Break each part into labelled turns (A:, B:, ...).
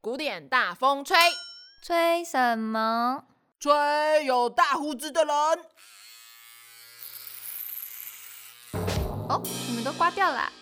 A: 古典大风吹，
B: 吹什么？
A: 吹有大胡子的人。
B: 哦，你们都刮掉啊啦、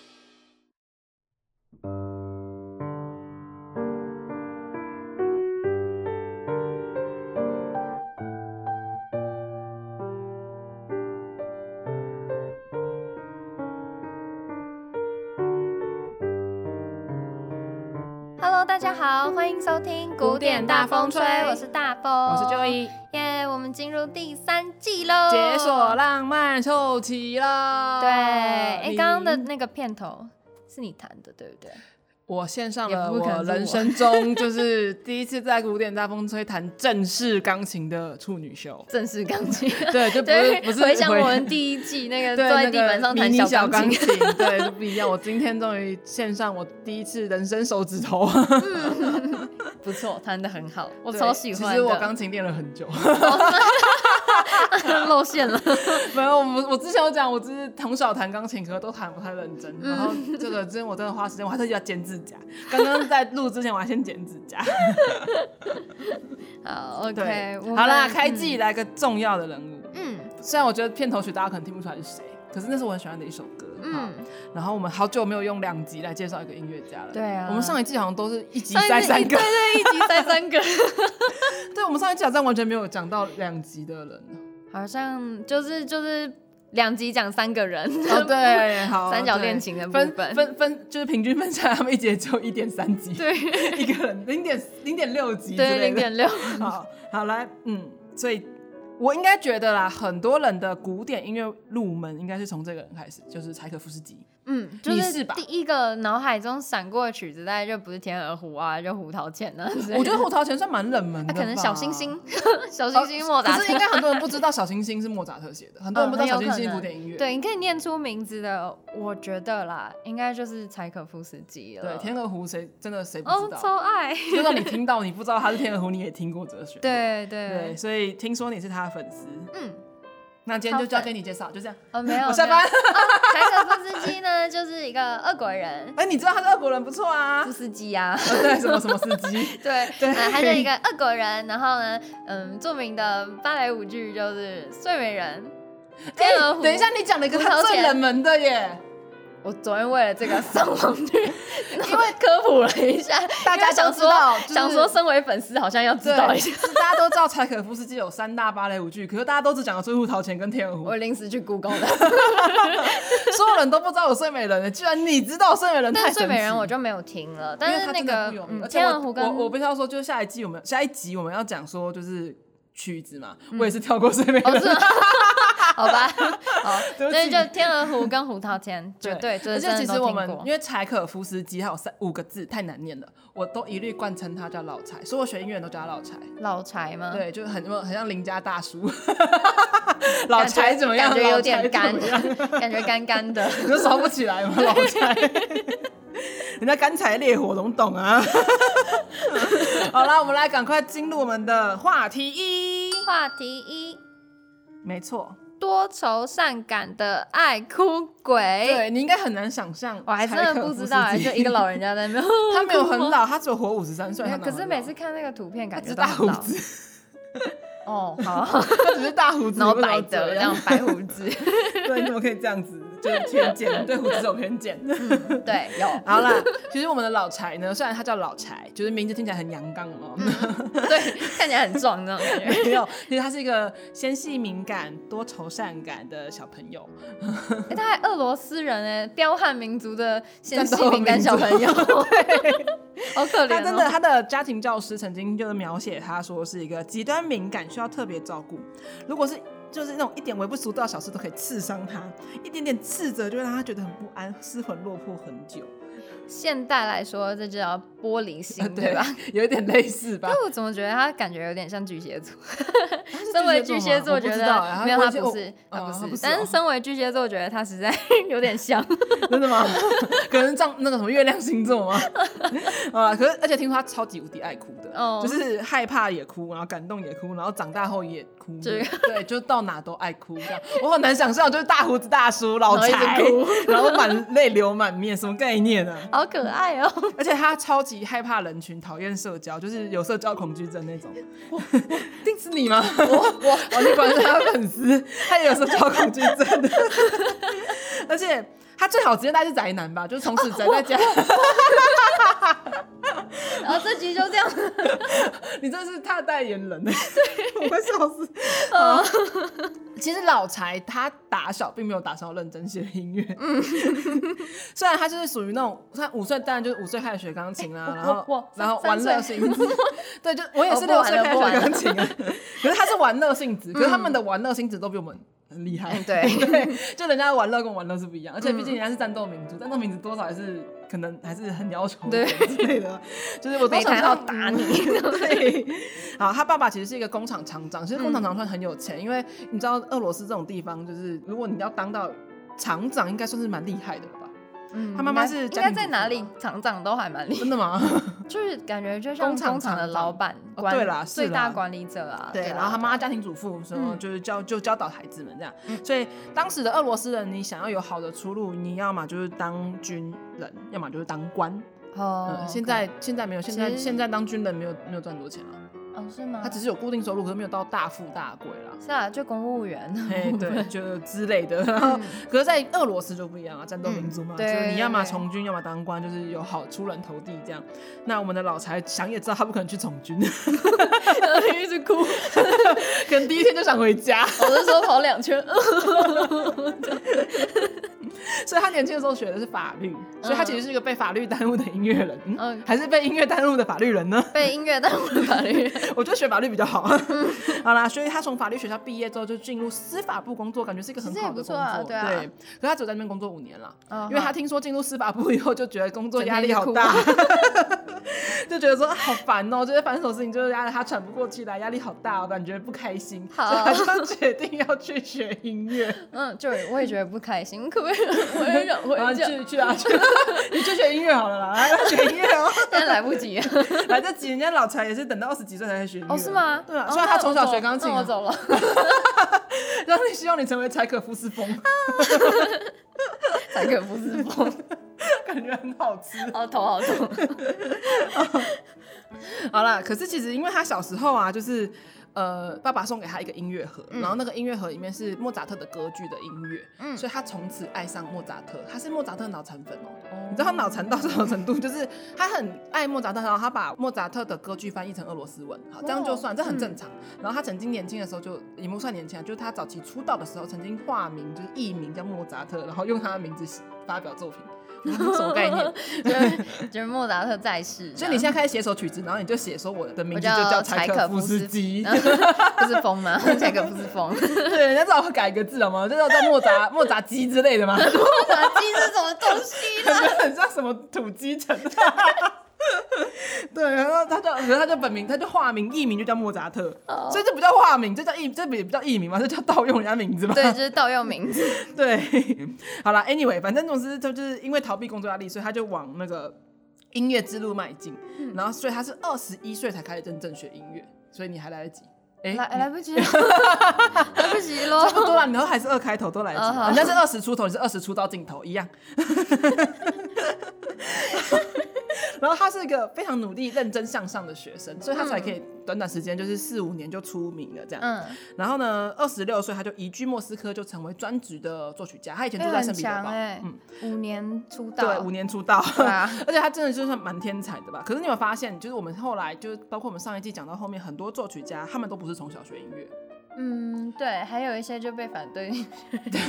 B: Hello，大家好，欢迎收听《古典大风吹》，我是大风，
A: 我是 Joey，
B: 耶我们进入第三季喽，
A: 解锁浪漫秀奇了。
B: 对，哎、
A: 哦你
B: 刚刚的那个片头是你弹的，对不 对？
A: 我献上
B: 也
A: 了
B: 不可能
A: 我
B: 是我
A: 人生中就是第一次在古典大风吹弹正式钢琴的处女 秀。
B: 正式钢琴。
A: 对，就不是
B: 对，
A: 不是
B: 回想 我们第一季那个
A: 对
B: 坐在
A: 那
B: 地板上
A: 个
B: 弹
A: 迷你小
B: 钢
A: 钢琴，对，就不一样。我今天终于献上我第一次人生手指头，
B: 不错，弹的很好，我
A: 对
B: 超喜欢的。
A: 其实我钢琴练了很久，
B: 露馅了，
A: 没有，我我之前有讲，我只是从小弹钢琴，可是都弹不太认真。
B: 嗯
A: 然后这个之前我真的花时间，我还特意要剪指甲。刚刚在录之前，我还先剪指 甲。
B: 好
A: 对
B: ，OK，我们
A: 好啦，开季以来个重要的人物。
B: 嗯
A: 虽然我觉得片头曲大家可能听不出来是谁，可是那是我很喜欢的一首歌。嗯
B: 嗯，，
A: 然后我们好久没有用两集来介绍一个音乐家了。
B: 对啊
A: 我们上一季好像都是一集
B: 上一
A: 塞
B: 季
A: 三个
B: 对。对，一 集塞三个，
A: 对，我们上一季好像完全没有讲到两集的 人。
B: 好像就是就是两集讲三个人，
A: 哦，对，好，
B: 三角恋
A: 对
B: 情的部
A: 分
B: 分
A: 分分就是平均分下来，他们一节就一点三集。
B: 对
A: 一个人零点零点六级之
B: 对，
A: 类
B: 零
A: 的。
B: 点 六，
A: 好，好来，嗯，所以我应该觉得啦，很多人的古典音乐入门应该是从这个人开始，就是柴可夫斯基。
B: 嗯，就
A: 你是吧
B: 第一个脑海中闪过的曲子，大概就不是《天鹅湖》啊，就《胡桃钳》啊之类的，
A: 我觉得胡桃钳算蛮冷门的
B: 他
A: 吧，
B: 可能小星 星，小
A: 哦。
B: 星星莫扎
A: 可
B: 特
A: 是。应该很多人不知道小星星是莫扎特写的，很多人不知道小星星是古典音乐。
B: 对，你可以念出名字的，我觉得啦，应该就是柴可夫斯基了。
A: 对，天鹅湖谁真的谁不
B: 哦
A: 知，道？
B: 超爱，
A: 就算你听到你不知道他是天鹅湖，你也听过哲学。
B: 对
A: 对，
B: 对，
A: 所以听说你是他的粉丝，
B: 嗯，
A: 那今天就交
B: 超粉
A: 给你介绍，就这样。
B: 哦没有，
A: 我下
B: 没有哦
A: 班。
B: 柴可夫斯基呢，就是一个俄国人，
A: 哎，你知道他是俄国人，不错啊
B: 夫。斯基啊，
A: 呃对，什么什么司机？
B: 对，
A: 对
B: 呃他 是一个俄国人，然后呢，嗯，著名的芭蕾舞剧就是《睡美人》。 天鹅湖、
A: 哎等一下，，你讲了一个
B: 胡
A: 他
B: 桃
A: 最
B: 钳
A: 冷门的耶，
B: 我昨天为了这个上网 去，因为科普了一下，
A: 大家
B: 因为想
A: 都知道
B: 说
A: 就是
B: 想说身为粉丝好像要知道一下
A: 对，，是大家都知道柴可夫斯基有三大芭蕾舞剧，可是大家都只讲了《追虎桃钱》跟《天鹅湖
B: 我》，临时去 Google 的，
A: 所有人都不知道有《睡美人》的，居然你知道《睡美人》，
B: 但
A: 太
B: 是睡
A: 神
B: 美
A: 奇
B: 人我
A: 了。
B: 就没有听了。
A: 因
B: 但
A: 为
B: 是
A: 它
B: 那
A: 真
B: 个
A: 的不有名
B: 嗯
A: 而且
B: 天
A: 我
B: 鹅湖跟
A: 我我必须要说，就是下一季我们下一集我们要讲说就是曲子嘛，我也是跳过《睡美人
B: 嗯哦》是吗， 好 吧，好，
A: 对不
B: 所以
A: 起
B: 就天鹅湖跟胡桃钳绝 对，就
A: 而
B: 是
A: 且其
B: 真的
A: 实
B: 都
A: 我
B: 听
A: 们
B: 过
A: 因。为柴可夫斯基他有三五个字太难念了，我都一律贯称他叫老柴，所以我学音乐人都叫他老柴。
B: 老柴吗？，
A: 对，就很很像邻家大 叔，老柴怎么样？
B: 感觉有点
A: 老柴
B: 干
A: 怎么样，
B: 感觉干干的。
A: 你就烧不起来 吗？老柴，人家干柴烈火，懂不懂啊？ 好啦，我们来赶快进入我们的话题一。
B: 话题一：
A: 没错，
B: 多愁善感的爱哭鬼。
A: 对你应该很难想象，
B: 哎我还真的不知道，哎就一个老人家在那边。
A: 他没有很老，他只有活五十三岁。他哪
B: 可
A: 有
B: 是
A: 很
B: 每
A: 啊老
B: 次看那个图片，
A: 他
B: 感
A: 只
B: 觉
A: 是
B: 都
A: 大
B: 很
A: 胡
B: 老。
A: 子，
B: 哦，好，
A: 他只是大胡子，
B: 然后
A: 你为什么
B: 白的
A: 这
B: 这样
A: 样。
B: 白胡子，
A: 对，你怎么可以这样子？就是偏见，你对胡子有偏 见。
B: 嗯对，有。
A: 好啦，其实我们的老柴呢，虽然他叫老柴，就是名字听起来很阳刚哦，
B: 对，看起来很壮那种感 觉。
A: 没有，其实他是一个纤细敏感、多愁善感的小朋友。
B: 欸、他还俄罗斯人哎、彪悍民族的纤
A: 战
B: 细
A: 斗
B: 敏感
A: 民
B: 小
A: 族
B: 朋友，好可怜、
A: 他
B: 哦。
A: 真的，他的家庭教师曾经就是描写他说是一个极端敏感，需要特别照顾。如果是就是那种一点微不足道的小事都可以刺伤他，一点点斥责就会让他觉得很不安，失魂落魄很久，
B: 现代来说，这就叫玻璃心，
A: 啊呃对
B: 吧？？
A: 有一点类似吧
B: 因。为我怎么觉得他感觉有点像巨蟹座？
A: 他是
B: 身为巨蟹座，
A: 吗
B: 觉
A: 我不知
B: 得
A: 道哎
B: 没有他
A: 我
B: 不是，
A: 我
B: 他
A: 哦
B: 不
A: 他
B: 是
A: 不。是哦
B: 但是身为巨蟹座，觉得他实在 有点像。
A: 真的吗？可能像那个什么月亮星座吗？ 啊，可是而且听说他超级无敌爱哭的，
B: 哦
A: 就是害怕也哭，然后感动也哭，然后长大后也哭，
B: 这个
A: 对，就到哪都爱哭这样。我好难想象，就是大胡子大叔老
B: 然后一直
A: 柴
B: 哭，
A: 然后满泪流满面，什么概念啊？
B: 好可爱哦、
A: 而且他超级害怕人群，讨厌社交，就是有社交恐惧症那种。定是你吗？我我我你管是他的粉丝，他也有社交恐惧症的。 而且他最好直接带是宅男吧，就是从此宅在家。
B: 然后这集就这样，
A: 你真是他的代言人，欸 对，我会笑死。
B: 嗯
A: 好其实老柴他打小并没有打算要认真学音乐，嗯， 虽然他就是属于那种，他五岁当然就是五岁开始学钢琴啦、
B: 哎我
A: 然后
B: 我
A: 然后
B: 三
A: 玩乐性质，对，就我也
B: 哦
A: 是
B: 不
A: 六
B: 玩
A: 岁
B: 了
A: 开始
B: 不玩
A: 学
B: 了嗯
A: 钢琴啊， 可是他是玩乐性质，可是他们的玩乐性质都比我们。很厉 害，
B: 哎对
A: 对，就人家的玩乐跟我玩乐是不一样，而且毕竟
B: 嗯
A: 人家是战斗民族，战斗民族多少还是可能还是很要求
B: 对
A: 之类的，啊就是我都
B: 没
A: 想
B: 看
A: 要
B: 到打你
A: 对，好，他爸爸其实是一个工厂厂长，其实工
B: 嗯
A: 厂厂长算很有钱，因为你知道俄罗斯这种地方，就是如果你要当到厂长，应该算是蛮厉害的了吧？
B: 嗯
A: 他妈妈是
B: 应
A: 家
B: 该
A: 庭
B: 在
A: 主
B: 哪
A: 妇
B: 里厂长都还蛮厉害
A: 真，的吗？
B: 就是感觉就像
A: 工厂
B: 工厂的
A: 厂
B: 老板
A: 哦
B: 管
A: 对啦是
B: 最大
A: 啦
B: 管理者啊，
A: 对，
B: 啊
A: 然后他
B: 对
A: 妈
B: 啊
A: 家庭主妇，什么
B: 嗯
A: 就是教就教导孩子们这样。
B: 嗯
A: 所以当时的俄罗斯人，你想要有好的出路，你要么就是当军人，要么就是当官。
B: 哦
A: 嗯，
B: ，OK，
A: 现在现在没有，现在
B: 其实
A: 现在当军人没有没有赚很多钱了，
B: 哦是吗？
A: 他只是有固定收入，可是没有到大富大贵啦。
B: 是啊，就公务员，
A: 哎，对，就之类的。然后，可是，在俄罗斯就不一样啊，战斗民族嘛，
B: 嗯
A: 就
B: 对
A: 是你要么
B: 对对
A: 从军，要么当官，就是有好出人头地这样。那我们的老柴想也知道，他不可能去从军，
B: 一直哭，我
A: 可能第一天就想回家，
B: 是说跑两圈，
A: 所以他年轻的时候学的是法律，所以他其实是一个被法律耽误的音乐人，嗯
B: 嗯
A: 还是被音乐耽误的法律人呢？
B: 被音乐耽误了法律。
A: 我觉得学法律比较好。啊
B: 嗯
A: 好啦，所以他从法律学校毕业之后就进入司法部工作，感觉是一个很
B: 其实也
A: 好的工
B: 不
A: 作。
B: 错啊对啊
A: 对，可他只有在那边工作五年了。
B: 哦
A: 因为他
B: 好
A: 听说进入司法部以后，就觉得工作
B: 整
A: 压
B: 天
A: 力
B: 就
A: 好
B: 哭
A: 大， 就觉得说啊好烦哦、就是反手事情就是压得他喘不过气来，压力好大、哦，感觉不开心，所
B: 好
A: 以他就决定要去学音乐，
B: 嗯，就是我也觉得不开心， 可不可以？我也想
A: 然后
B: 回家，
A: 去去啊去， 你去学音乐好了啦，来学音乐哦、
B: 现在来不及 了。
A: 来得及，人家老柴也是等到二十几岁才开始学音乐，
B: 哦，是吗？
A: 对啊，
B: 哦
A: 虽然他
B: 那
A: 从
B: 我
A: 小
B: 走
A: 学钢琴、
B: 那
A: 啊
B: 我，走了。
A: 然后你希望你成为柴可夫斯 风，
B: 柴可夫斯 风，
A: 感觉很好吃。
B: 哦，头 好痛。
A: 好啦，可是其实因为他小时候啊，就是呃，爸爸送给他一个音乐盒，然后那个音乐盒里面是莫扎特的歌剧的音乐，
B: 嗯
A: 所以他从此爱上莫扎特，他是莫扎特脑残粉哦、你知道他脑残到什么程度？就是他很爱莫扎特，然后他把莫扎特的歌剧翻译成俄罗斯文，好，这样就算，这很正常。然后他曾经年轻的时候就也不算年轻啊，就是他早期出道的时候曾经化名，就是艺名叫莫扎特，然后用他的名字发表作品， 什么概念？
B: 就是就是莫扎特在世，
A: 所以你现在开始写首曲子，然后你就写说我的名
B: 我
A: 字就叫柴
B: 柴
A: 可
B: 可
A: 夫斯
B: 斯
A: 基，
B: 不是风吗？ 柴可夫斯风，
A: 对，人家至少会改一个字了嘛，就是叫莫扎莫扎基之类的嘛，
B: 打鸡是什么东西
A: 感
B: 呢？
A: 觉很像什么土鸡城。啊 对，然后他就，可是他就本名，他就化名、艺名就叫莫扎特
B: 哦
A: 所以这不叫化名，这叫艺，这不也不叫艺名嘛，这叫盗用人家名字嘛。
B: 对，就是盗用名字。
A: 对，好啦 a n y w a y 反正总之他就是因为逃避工作压力，所以他就往那个音乐之路迈进。然后，所以他是二十一岁才开始真正学音乐，所以你还来得及。哎、
B: 来
A: 你
B: 来不及了， 来不及喽
A: 差！不多啦，你都还是二开头都来得及
B: 哦好
A: 啦，人家是二十出头，你是二十出到尽头一样。 然后他是一个非常努力、认真向上的学生，所以他才可以短短时间就是四五年就出名了这样。
B: 嗯，
A: 然后呢，二十六岁他就移居莫斯科，就成为专职的作曲家。他以 前
B: 哎
A: 住在
B: 很
A: 圣彼得
B: 强
A: 堡，
B: 哎
A: 嗯，
B: 五年出道，
A: 对，五年出道。
B: 对啊，
A: 而且他真的就算蛮天才的吧？可是你有没有发现，就是我们后来，就是包括我们上一季讲到后面，很多作曲家他们都不是从小学音乐，
B: 嗯，对，还有一些就被反对，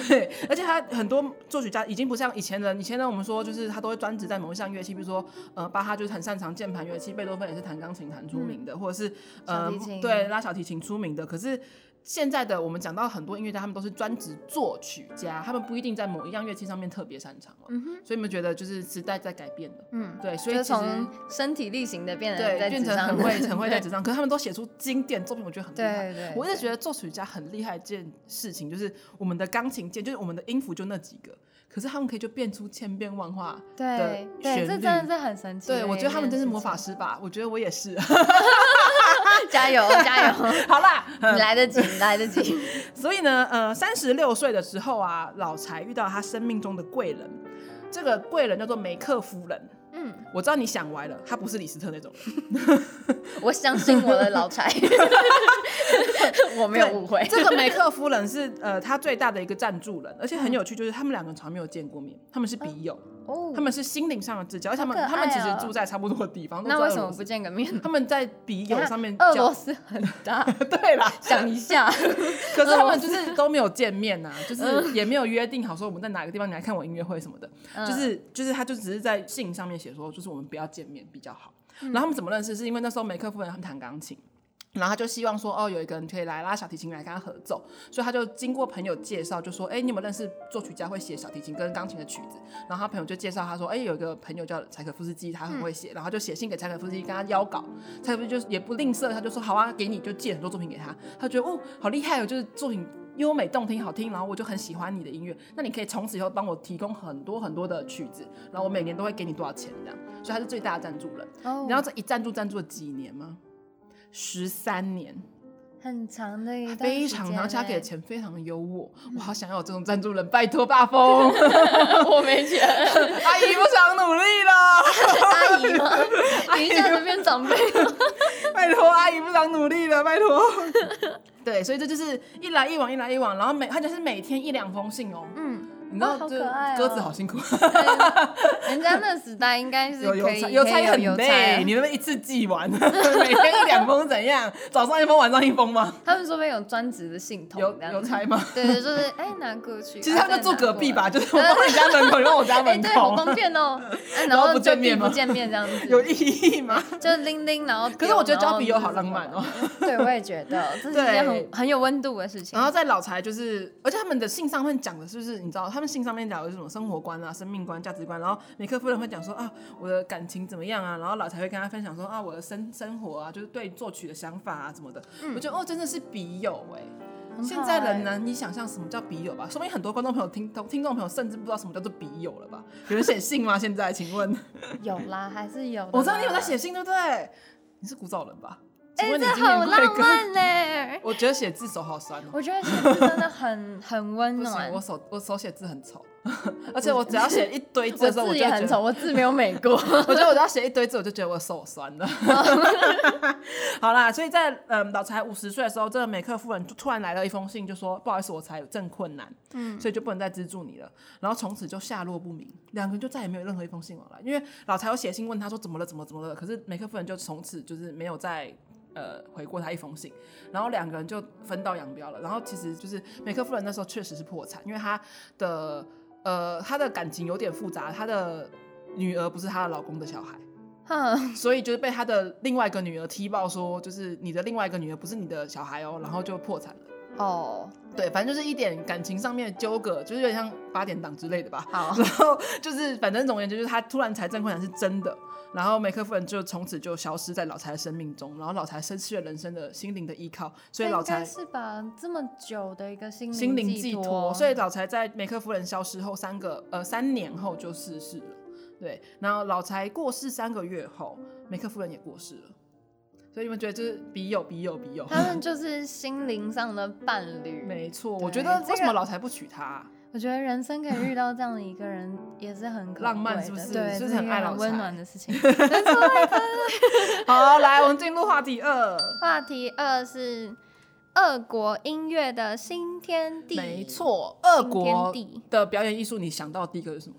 A: 对，而且他很多作曲家已经不像以前人，以前人我们说就是他都会专职在某一项乐器，比如说呃巴哈就是很擅长键盘乐器，贝多芬也是弹钢琴弹出名的，或者是呃
B: 嗯小提琴
A: 对拉小提琴出名的。可是现在的我们讲到很多音乐家，他们都是专职作曲家，他们不一定在某一样乐器上面特别擅长嘛。
B: 嗯哼，
A: 所以你们觉得就是时代在改变的，
B: 嗯，
A: 对， 所
B: 就
A: 以
B: 是
A: 其实
B: 从身体力行的变得
A: 对
B: 在
A: 变
B: 纸
A: 成
B: 上
A: 很
B: 的
A: 会 很会在纸上，可是他们都写出经典作品，我觉得很厉害。
B: 对对，
A: 我一直觉得
B: 得
A: 作曲家很厉害一件事情，就是我们的钢琴键，就是我们的音符就那几个，可是他们可以就变出千变万化。
B: 对
A: 的
B: 对，
A: 旋
B: 这真
A: 律
B: 的是很神奇的一
A: 对，
B: 件事情。
A: 我觉得他们真是魔法师 吧？我觉得我也是。
B: 加油加油，
A: 好啦，
B: 你来得及，你来得及。
A: 所以呢，呃，三十六岁的时候啊，老柴遇到他生命中的贵人，这个贵人叫做梅克夫人。
B: 嗯，
A: 我知道你想歪了，他不是李斯特那种人，
B: 我相信我的老 柴，我没有误会。
A: 这个梅 克夫人是呃他最大的一个赞助人，而且
B: 嗯
A: 很有趣，就是他们两个人从来没有见过面，他们是笔友，
B: 哦
A: 他们是心灵上的至交，而且他们、
B: 好可
A: 他们其实
B: 爱哦
A: 住在差不多的地方，都
B: 那
A: 在
B: 为
A: 俄
B: 什么
A: 罗斯
B: 不见个面？
A: 他们在笔友上面
B: 俄罗
A: 交？
B: 斯很大，
A: 对啦，
B: 想 一下，
A: 可是他们就是都没有见面呐、就是也没有约定好说我们在哪个地方你来看我音乐会什么的，
B: 嗯
A: 就是就是他就只是在信上面写说，就是我们不要见面比较好。然后他们怎么认识？是因为那时候梅克夫人他们弹钢琴。然后他就希望说，哦，有一个人可以来拉小提琴来跟他合奏，所以他就经过朋友介绍，就说，哎，你有没有认识作曲家会写小提琴跟钢琴的曲子？然后他朋友就介绍他说，哎，有一个朋友叫柴可夫斯基，他很会写，然后就写信给柴可夫斯基跟他邀稿，蔡夫就是也不吝啬，他就说好啊，给你就借很多作品给他，他觉得哦好厉害哦，就是作品优美动听好听，然后我就很喜欢你的音乐，那你可以从此以后帮我提供很多很多的曲子，然后我每年都会给你多少钱这样，所以他是最大的赞助人。
B: 哦
A: 你知道这一赞助赞助了几年吗？十三年，
B: 很长的一段
A: 非
B: 时
A: 常，
B: 间
A: 然后他
B: 嘞嗯
A: 给的钱非常优渥，我好想要有这种赞助人，拜托霸 风
B: 我没钱，
A: 阿姨，我想努力了。
B: 阿姨 吗？你一下子变长辈了，
A: 拜托，阿姨不想努力了，拜托。 对，所以这就是一来一往，一来一往，然后每他就是每天一两封信哦。
B: 嗯，
A: 你知道
B: 哇，好
A: 这
B: 可爱哦
A: 鸽子好 辛苦，
B: 对人家那时代应该是
A: 有邮
B: 可以
A: 差，
B: 可以
A: 邮
B: 有啊
A: 差很
B: 邮
A: 累，
B: 差
A: 你们一次寄完， 每天一两封怎样？早上一封，晚上一封吗？
B: 他们说不定有专职的信筒，
A: 邮
B: 这样
A: 邮
B: 子
A: 差吗？
B: 对对，就是哎拿过去，
A: 其实他
B: 啊
A: 们就住隔壁。吧，就是我
B: 对
A: 帮你家门口，你帮我家
B: 再拿过来 哎，
A: 门
B: 对，好
A: 口，
B: 方便哦。哎，
A: 然后不
B: 就
A: 见面
B: 避
A: 吗
B: 不见面这样子，
A: 有意义吗？
B: 就拎拎，然后丢。
A: 可是我觉得
B: 然
A: 交
B: 后嗯
A: 笔友好浪漫哦。
B: 对，我也觉 得这是一件
A: 对
B: 很很有温度的事情
A: 然。后在老柴就是，而且他们的信上面讲的是不是？你知道，他们信上面聊的是什么生活观啊、生命观、价值观。然后梅克夫人会讲说啊，我的感情怎么样啊？然后老柴会跟他分享说啊，我的生生活啊，就是对作曲的想法啊什么的。我觉得哦，真的是笔友哎、
B: 嗯很好
A: 现在
B: 哎
A: 人难以想象什么叫笔友吧？说明很多观众朋友、听同听众朋友甚至不知道什么叫做笔友了吧？有人写信吗？现在，请 问，
B: 有啦，还是有的啦。
A: 我知道你有在写信，对不对？你是古早人吧？请
B: 哎、
A: 问你
B: 这
A: 今年
B: 好
A: 快
B: 浪
A: 歌？
B: 漫呢、
A: 我觉得写字手好酸哦。
B: 我觉得写字真的很很温
A: 不
B: 暖
A: 行，。我手我手写字很丑， 而且我只要写一堆字的时候，我
B: 字
A: 就
B: 也
A: 会觉
B: 很
A: 得
B: 丑，。我字没有美 过。
A: 我觉得我只要写一堆字，我就觉得我手酸了。 好啦，所以在嗯老柴五十岁的时候，这个梅克夫人就突然来了一封信，就说不好意思，我才有正困难，嗯，所以就不能再资助你了。然后从此就下落不明，两个人就再也没有任何一封信往来。因为老柴有写信问他说怎么了，怎么怎么了，可是梅克夫人就从此就是没有再呃回过他一封信。然后两个人就分道扬镳了。然后其实就是梅克夫人那时候确实是破产，因为她的呃她的感情有点复杂，她的女儿不是她的老公的小孩，
B: 哼，
A: 所以就是被她的另外一个女儿踢爆说，就是你的另外一个女儿不是你的小孩
B: 嗯
A: 哦，然后就破产了。
B: 哦，
A: 对，反正就是一点感情上面的纠葛，就是有点像八点档之类的吧。
B: 好，
A: 然后就是，反正总而言之，就是他突然财政困难是真的。然后梅克夫人就从此就消失在老柴的生命中，然后老柴失去了人生的心灵的依靠，所以老
B: 应
A: 柴
B: 该是吧？这么久的一个心
A: 心灵
B: 寄
A: 嗯寄托，所以老柴在梅克夫人消失后三个呃三年后就逝世了。对，然后老柴过世三个月后，梅克夫人也过世了。所以你们觉得就是笔友笔友笔友，
B: 他们就是心灵上的伴侣。
A: 没错。
B: 对
A: 我觉得
B: 这
A: 为什么
B: 个
A: 老柴不娶她啊、
B: 我觉得人生可以遇到这样的一个人，也是很可
A: 浪漫
B: 贵
A: 是不
B: 的
A: 是是
B: 对，
A: 不
B: 这
A: 是
B: 是一
A: 很
B: 个
A: 爱老
B: 很温
A: 柴
B: 暖的事情。
A: 好，来我们进入话题二。
B: 话题二是俄国音乐的新天地，
A: 没，错，俄
B: 新
A: 国
B: 天地
A: 的表演艺术，你想到第一个是什么？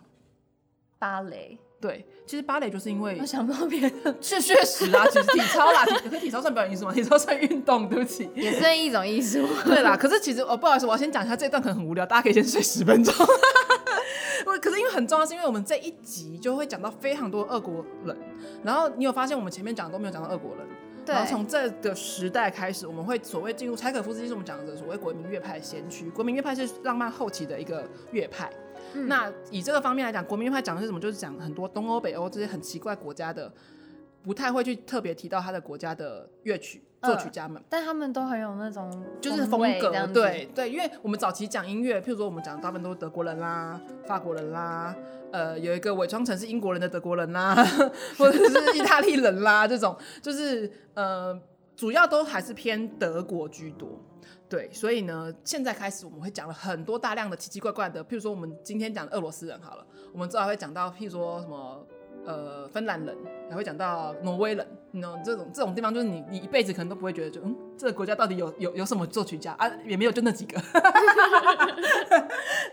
B: 芭蕾。
A: 对，其实芭蕾 就是因为
B: 我想不到别的，
A: 是确实啊，其实体操啦，体可以体操算表演艺术吗？体操算运动，对不起。
B: 也算一种艺术。
A: 对啦， 可是其实哦，不好意思，我要先讲一下这一段可能很无聊，大家可以先睡十分钟。 我可是因为很重要，是因为我们这一集就会讲到非常多俄国人，然后你有发现我们前面讲的都没有讲到俄国人，
B: 对
A: 然后从这个时代开始，我们会所谓进入柴可夫斯基是我们讲的所谓国民乐派的先驱，国民乐派是浪漫后期的一个乐派。
B: 嗯
A: 那以这个方面来讲，国民乐派讲的是什么？就是讲很多东欧、北欧这些很奇怪国家的，不太会去特别提到他的国家的乐曲
B: 嗯
A: 作曲家们。
B: 但他们都很有那种
A: 就是
B: 风
A: 风
B: 味这
A: 格，
B: 样子
A: 对对，因为我们早期讲音乐，譬如说我们讲大部分都是德国人啦、法国人啦，呃，有一个伪装成是英国人的德国人啦， 或者是意大利人啦，这种就是呃，主要都还是偏德国居多。对，所以呢，现在开始我们会讲了很多大量的奇奇怪怪的，譬如说我们今天讲的俄罗斯人好了，我们之后还会讲到譬如说什么。呃芬兰人，还会讲到挪威人，你知道这种这种地方，就是你你一辈子可能都不会觉得就嗯，这个国家到底有有有什么作曲家啊？也没有，就那几个。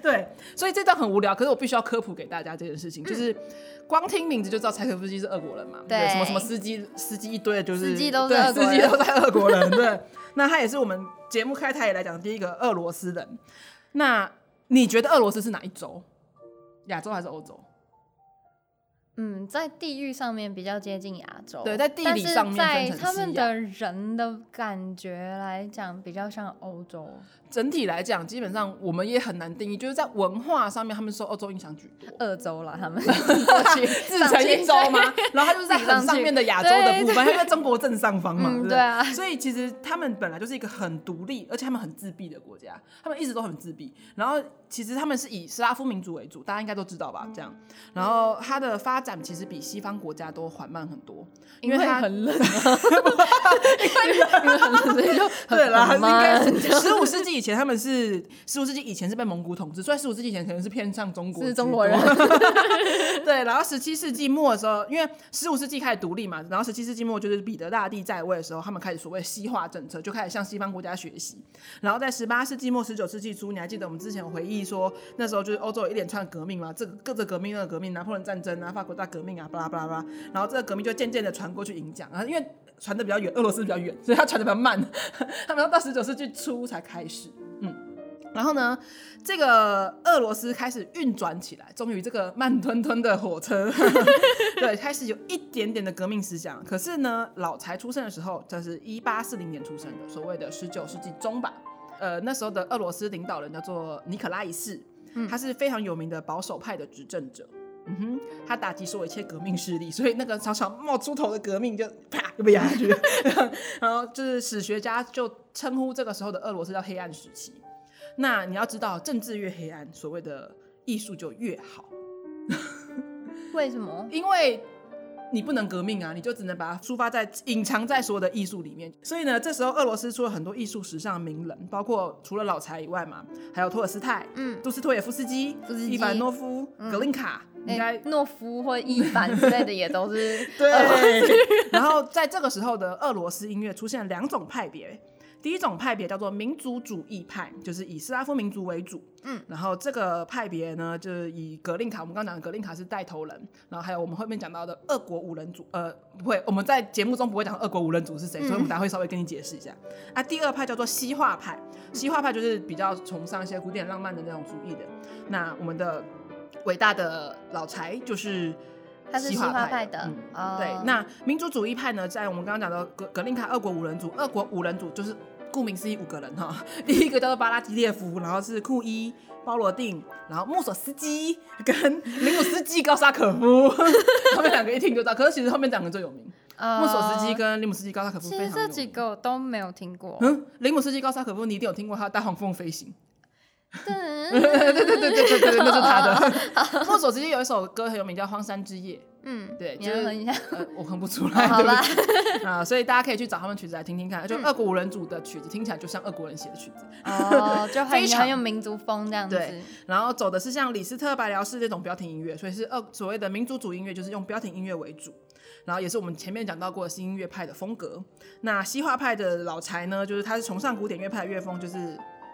A: 对，所以这段很无聊，可是我必须要科普给大家这件事情，就是光听名字就知道柴可夫斯基是俄国人嘛，
B: 对
A: 什么什么司机司机一堆的就是
B: 司机都是
A: 对
B: 俄国
A: 司机
B: 人
A: 都在俄国人，对。那他也是我们节目开台以来讲的第一个俄罗斯人。那你觉得俄罗斯是哪一州？亚洲还是欧洲？
B: 嗯，在地域上面比较接近亚洲，
A: 对在地
B: 但
A: 理
B: 是
A: 上面
B: 在
A: 分成
B: 他
A: 西
B: 们
A: 亚
B: 的人的感觉来讲，比较像欧洲。
A: 整体来讲，基本上我们也很难定义，就是在文化上面，他们受欧洲影响居多。
B: 二周了，他们过去
A: 自
B: 上
A: 成
B: 去
A: 一州吗？然后它就是在
B: 自己上
A: 很上
B: 去
A: 面的亚洲
B: 对
A: 的部分，它在中国正上方嘛，
B: 嗯
A: 对不
B: 对啊
A: 所以其实他们本来就是一个很独立，而且他们很自闭的国家，他们一直都很自闭。然后其实他们是以斯拉夫民族为主，大家应该都知道吧？
B: 嗯
A: 这样，然后它的发展其实比西方国家都缓慢很多，因为它
B: 很 冷、啊，因为很冷，所以就很
A: 对啦，
B: 很慢
A: 应该十五世纪以前，他们是十五世纪以前是被蒙古统治，所以十五世纪以前可能是偏向中国，
B: 是中国人。
A: 对，然后十七世纪末的时候，因为十五世纪开始独立嘛，然后十七世纪末就是彼得大帝在位的时候，他们开始所谓西化政策，就开始向西方国家学习。然后在十八世纪末、十九世纪初，你还记得我们之前有回忆说，那时候就是欧洲有一连串革命嘛，这个各个革命、那个革命，拿破仑战争啊、法国大革命啊，巴拉巴拉巴拉。然后这个革命就渐渐的传过去影响，然后因为传的比较远，俄罗斯比较远，所以它传的比较慢， 他们要到十九世纪初才开始。嗯然后呢，这个俄罗斯开始运转起来，终于这个慢吞吞的火车，对，开始有一点点的革命思想。可是呢，老柴出生的时候，这是一八四零年出生的，所谓的十九世纪中吧。呃，那时候的俄罗斯领导人叫做尼可拉一世，他是非常有名的保守派的执政者。嗯哼，他打击所有一切革命势力，所以那个常常冒出头的革命就啪就被压下去。然后就是史学家就称呼这个时候的俄罗斯叫黑暗时期。那你要知道，政治越黑暗，所谓的艺术就越好，
B: 为什么？
A: 因为你不能革命啊，你就只能把它抒发在隐藏在所有的艺术里面。所以呢，这时候俄罗斯出了很多艺术史上名人，包括除了老柴以外嘛，还有托尔斯泰、
B: 嗯，
A: 杜斯托也夫斯基
B: 夫斯、基嗯
A: 伊凡诺夫、格林卡，应该
B: 诶诺夫或伊凡之类的也 都是
A: 对， 然后在这个时候的俄罗斯音乐出现了两种派别，第一种派别叫做民族主义派，就是以斯拉夫民族为主。
B: 嗯，
A: 然后这个派别呢，就是以格令卡，我们刚刚讲的格令卡是带头人，然后还有我们后面讲到的俄国五人组，呃，不会，我们在节目中不会讲俄国五人组是谁，所以我们等下会稍微跟你解释一下。啊，第二派叫做西化派，西化派就是比较崇尚一些古典浪漫的那种主义的。那我们的伟大的老柴就是
B: 他是西
A: 化
B: 化
A: 的
B: 派的
A: 嗯，
B: 哦
A: 对，那民族主义派呢，在我们刚刚讲的格格林卡俄国五人组，俄国五人组就是顾名思义五个人哈。 第一个叫做巴拉基列夫，然后是库伊、包罗定，然后穆索斯基跟林姆斯基高沙可夫， 他们两个一听就知道。可是其实后面两个最有名，穆
B: 呃
A: 索斯基跟林姆斯基高沙可夫
B: 其
A: 非
B: 实
A: 常有
B: 这
A: 名
B: 几个我都没有听过。
A: 嗯，林姆斯基高沙可夫，你一定有听过他的《大黄蜂飞行》。
B: 嗯
A: 对对对对对对对，那是他 的。莫索斯基有一首歌很有名，叫《荒山之夜》。
B: 嗯，
A: 对，
B: 你
A: 就
B: 要
A: 是
B: 哼一下。
A: 呃，我哼不出来，
B: 好
A: 对
B: 吧嗯
A: 不起啊，所以大家可以去找他们曲子来听听看，就俄国五人组的曲子，听起来就像俄国人写的曲子。
B: 哦，就很
A: 非常
B: 很有民族风这样子。
A: 对然后走的是像李斯特、白辽士这种标题音乐，所以是俄所谓的民族主音乐，就是用标题音乐为主。然后也是我们前面讲到过的新音乐派的风格。那西化派的老柴呢，就是他是崇尚古典乐派的乐风，就是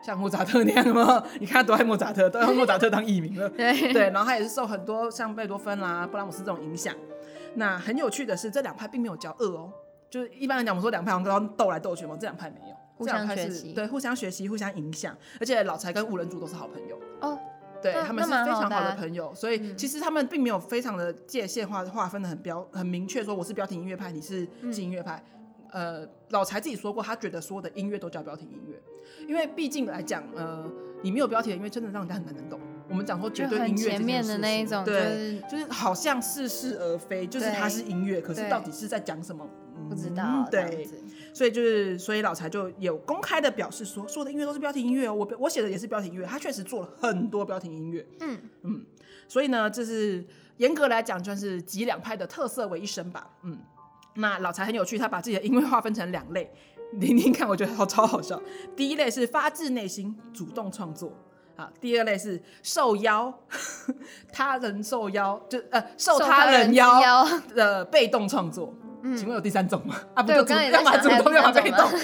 A: 像莫扎特那样的嘛。 你看他多爱莫扎特，都用莫扎特当艺名了。
B: 对
A: 对，然后他也是受很多像贝多芬啦、布拉姆斯这种影响。那很有趣的是，这两派并没有交恶哦，就是一般来讲，我们说两派好像都要斗来斗去嘛，这两派没有，
B: 互
A: 这两
B: 相
A: 派
B: 学
A: 是
B: 习
A: 对，互相学习、互相影响，而且老柴跟五人组都是好朋友，
B: 哦，
A: 对
B: 那
A: 他们
B: 那
A: 是
B: 蛮
A: 非
B: 好
A: 常
B: 的
A: 好
B: 啊
A: 的朋友，所以其实他们并没有非常的界限划划分的很标很明确，说我是标题音乐派，你是
B: 嗯
A: 轻音乐派。呃，老柴自己说过，他觉得所有的音乐都叫标题音乐，因为毕竟来讲，呃，你没有标题的音乐，真的让人家很难能懂。我们讲说绝
B: 就
A: 对音乐
B: 很
A: 这
B: 前
A: 件
B: 面
A: 事
B: 的那一
A: 情
B: 种，就
A: 对，
B: 是
A: 就是好像似是而非，就是
B: 对
A: 它是音乐，可是
B: 对
A: 到底是在讲什么？嗯
B: 不知道这样
A: 对，
B: 子。
A: 所以就是，所以老柴就有公开的表示说，所有的音乐都是标题音乐哦，我我写的也是标题音乐，他确实做了很多标题音乐，
B: 嗯
A: 嗯，所以呢，这是严格来讲算是集两派的特色为一身吧，嗯，那老柴很有趣，他把自己的音乐划分成两类，你听看，我觉得好超好笑。第一类是发自内心主动创作，好，第二类是受邀， 他人受邀，就呃受
B: 受
A: 他人
B: 之
A: 邀
B: 邀，
A: 的被动创作。
B: 嗯
A: 请问有第三种吗？啊，不
B: 对
A: 就
B: 我
A: 主
B: 刚刚也
A: 要
B: 在
A: 么
B: 想，
A: 主动，
B: 还有第
A: 要么
B: 三
A: 被
B: 种
A: 动
B: 啊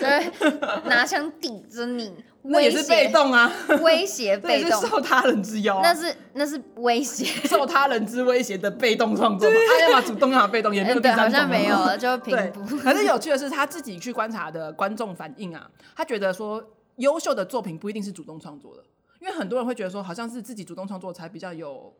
B: 吗，？ 对，拿枪抵着你，
A: 那也
B: 威
A: 是
B: 胁，
A: 被动啊，
B: 威 胁
A: 这也
B: 被
A: 是
B: 动，
A: 受他人之邀啊、
B: 那是那是威胁。
A: 受他人之威胁的被动创作嘛，他要么主动，要么被 动，也没有
B: 嗯，
A: 第
B: 对，
A: 三种
B: 好
A: 嘛。
B: 像没有了，就 平
A: 对
B: 步，。
A: 可是有趣的是，他自己去观察的观众反应啊，他觉得说，优秀的作品不一定是主动创作的，因为很多人会觉得说，好像是自己主动创作才比较有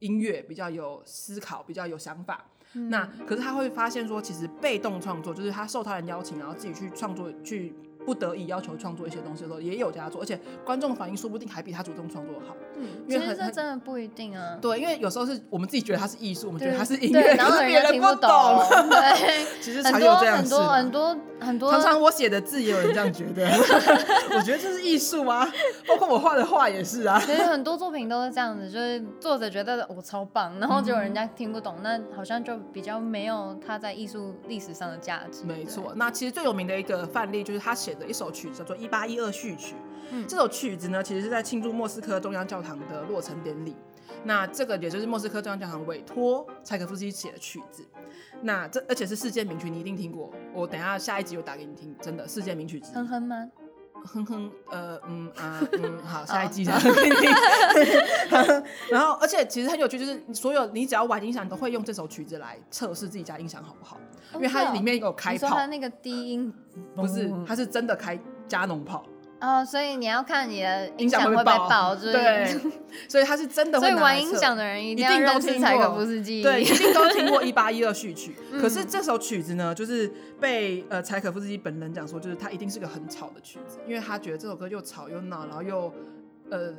A: 音乐，比较有思考，比较有想法。那可是他会发现说，其实被动创作就是他受他人邀请，然后自己去创作，去不得已要求创作一些东西的时候，也有加做，而且观众反应说不定还比他主动创作好。
B: 嗯
A: 因为
B: 其实
A: 很
B: 这
A: 很
B: 真的不一定啊。
A: 对，因为有时候是我们自己觉得它是艺术，我们觉
B: 对，
A: 得它是音
B: 对
A: 乐，
B: 然后
A: 可 是别
B: 人家
A: 人
B: 听
A: 不
B: 懂。 对，
A: 其实
B: 很
A: 常
B: 多
A: 有这样
B: 很
A: 子
B: 多
A: 嘛，
B: 很多很多，
A: 常常我写的字也有人这样觉得， 我觉得这是艺术啊，包括我画的画也是啊。
B: 其实很多作品都是这样子，就是作者觉得我超棒，然后结
A: 嗯
B: 果人家听不懂，那好像就比较没有它在艺术历史上的价值。
A: 没错，那其实最有名的一个范例就是他写的一首曲子叫做《一八一二序曲》。
B: 嗯
A: 这首曲子呢，其实是在庆祝莫斯科中央教堂的落成典礼。那这个也就是莫斯科中央教堂委托柴可夫斯基写的曲子。那这而且是世界名曲，你一定听过。我等一下下一集有打给你听，真的世界名曲之一
B: 对。哼哼吗？
A: 哼哼，呃，嗯啊，嗯， 好，下一季再跟你。 然后，而且其实很有趣，就是所有你只要玩音响，你都会用这首曲子来测试自己家音响好不好，
B: 哦
A: 因为它里面有开
B: 你说它
A: 炮，
B: 那个低音嗯
A: 不是，它是真的开加农炮，
B: 哦，所以你要看你的
A: 音响
B: 响
A: 会
B: 会
A: 不
B: 不
A: 会
B: 会
A: 爆
B: 爆，就是
A: 对， 所以它是真的
B: 所
A: 会
B: 以
A: 拿来
B: 玩音
A: 测
B: 响的人一
A: 定
B: 要
A: 都
B: 认识
A: 听
B: 柴可
A: 过
B: 夫斯基。
A: 对，一定都听过一八一二序 曲。
B: 嗯
A: 可是这首曲子呢，就是被呃柴可夫斯基本人讲说，就是他一定是个很吵的曲子，因为他觉得这首歌又吵又闹，然后又 呃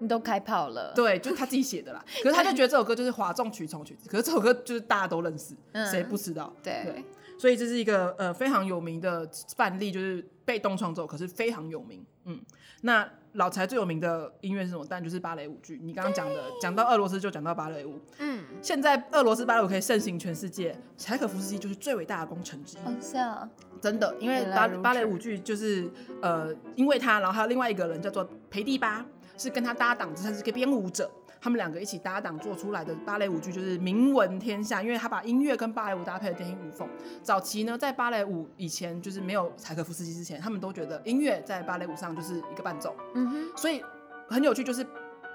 B: 你都开炮了，
A: 对，就是他自己写的啦。可是他就觉得这首歌就是哗众取宠曲子，可是这首歌就是大家都认识，
B: 嗯
A: 谁、不知道？
B: 对，
A: 所以这是一个呃非常有名的范例，就是被动创作，可是非常有名。嗯，那老柴最有名的音乐是什么？当然就是芭蕾舞剧。你刚刚讲的，讲到俄罗斯就讲到芭蕾舞。
B: 嗯，
A: 现在俄罗斯芭蕾舞可以盛行全世界，柴可夫斯基就是最伟大的功臣之一。
B: 哦是啊，
A: 真的，因为
B: 原来
A: 芭
B: 如此
A: 芭蕾舞剧就是呃，因为他，然后还有另外一个人叫做裴蒂巴，是跟他搭档，他是个编舞者，他们两个一起搭档做出来的芭蕾舞剧就是名闻天下，因为他把音乐跟芭蕾舞搭配的天衣无缝。早期呢，在芭蕾舞以前就是没有柴可夫斯基之前，他们都觉得音乐在芭蕾舞上就是一个伴奏，
B: 嗯哼，
A: 所以很有趣，就是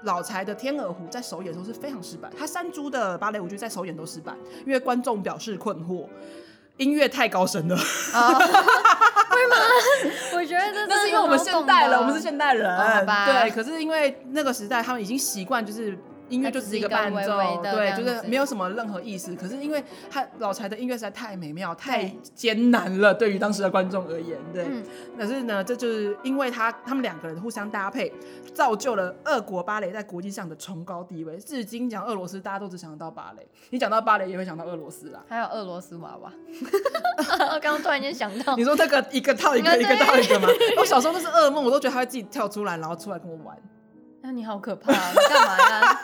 A: 老柴的《天鹅湖》在首演的时候是非常失败，他三株的芭蕾舞剧在首演都失败，因为观众表示困惑，音乐太高深了。
B: 哦，会吗？我觉得这
A: 啊 那是
B: 真
A: 因
B: 的
A: 为我们
B: 好
A: 现
B: 懂
A: 代
B: 的
A: 了，我们是现代人，
B: 哦好吧
A: 对。可是因为那个时代，他们已经习惯就是。音乐就只是一个伴
B: 它只是
A: 奏
B: 一个微微，的
A: 对，
B: 这样
A: 就
B: 子
A: 是没有什么任何意思。可是因为他老柴的音乐实在太美妙、太
B: 对
A: 艰难了，对于当时的观众而言，对。
B: 嗯
A: 可是呢，这就是因为他他们两个人互相搭配，造就了俄国芭蕾在国际上的崇高地位。至今讲俄罗斯，大家都只想得到芭蕾，你讲到芭蕾也会想到俄罗斯啦。
B: 还有俄罗斯娃 娃，刚刚突然间想到
A: 你，说那个一个套一个，
B: 对
A: 一个套一个吗？ 我小时候都是噩梦，我都觉得他会自己跳出来，然后出来跟我玩。
B: 那你好可怕，你干嘛呀？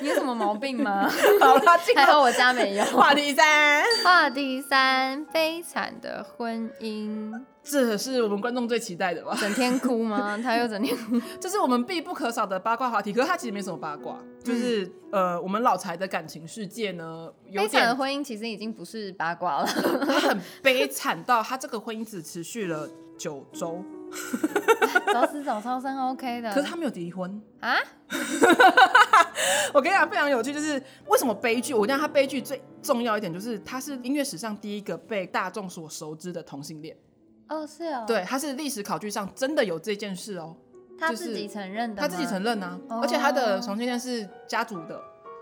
B: 你有什么毛病吗？
A: 好啦，进
B: 还
A: 入
B: 好我家没有。
A: 话题三，
B: 话题三：悲惨的婚姻，
A: 这是我们观众最期待的 吧？
B: 整天哭 吗？他又整天哭，
A: 这是我们必不可少的八卦话题，可是它其实没什么八卦，就是、呃，我们老柴的感情世界呢，有
B: 悲惨的
A: 点
B: 婚姻其实已经不是八卦 了，
A: 他 很悲惨到他这个婚姻只持续了九周，
B: 嗯早死早超生 OK 的。
A: 可是他没有离婚。
B: 啊，
A: 我跟你讲，非常有趣，就是为什么悲剧？我讲他悲剧最重要一点就是，他是音乐史上第一个被大众所熟知的同性恋。
B: 哦是哦，，
A: 对，他是历史考据上真的有这件事哦。
B: 他
A: 就是
B: 自己承认的
A: 他
B: 吗，
A: 自己承认啊，
B: 哦
A: 而且他的同性恋是家族的，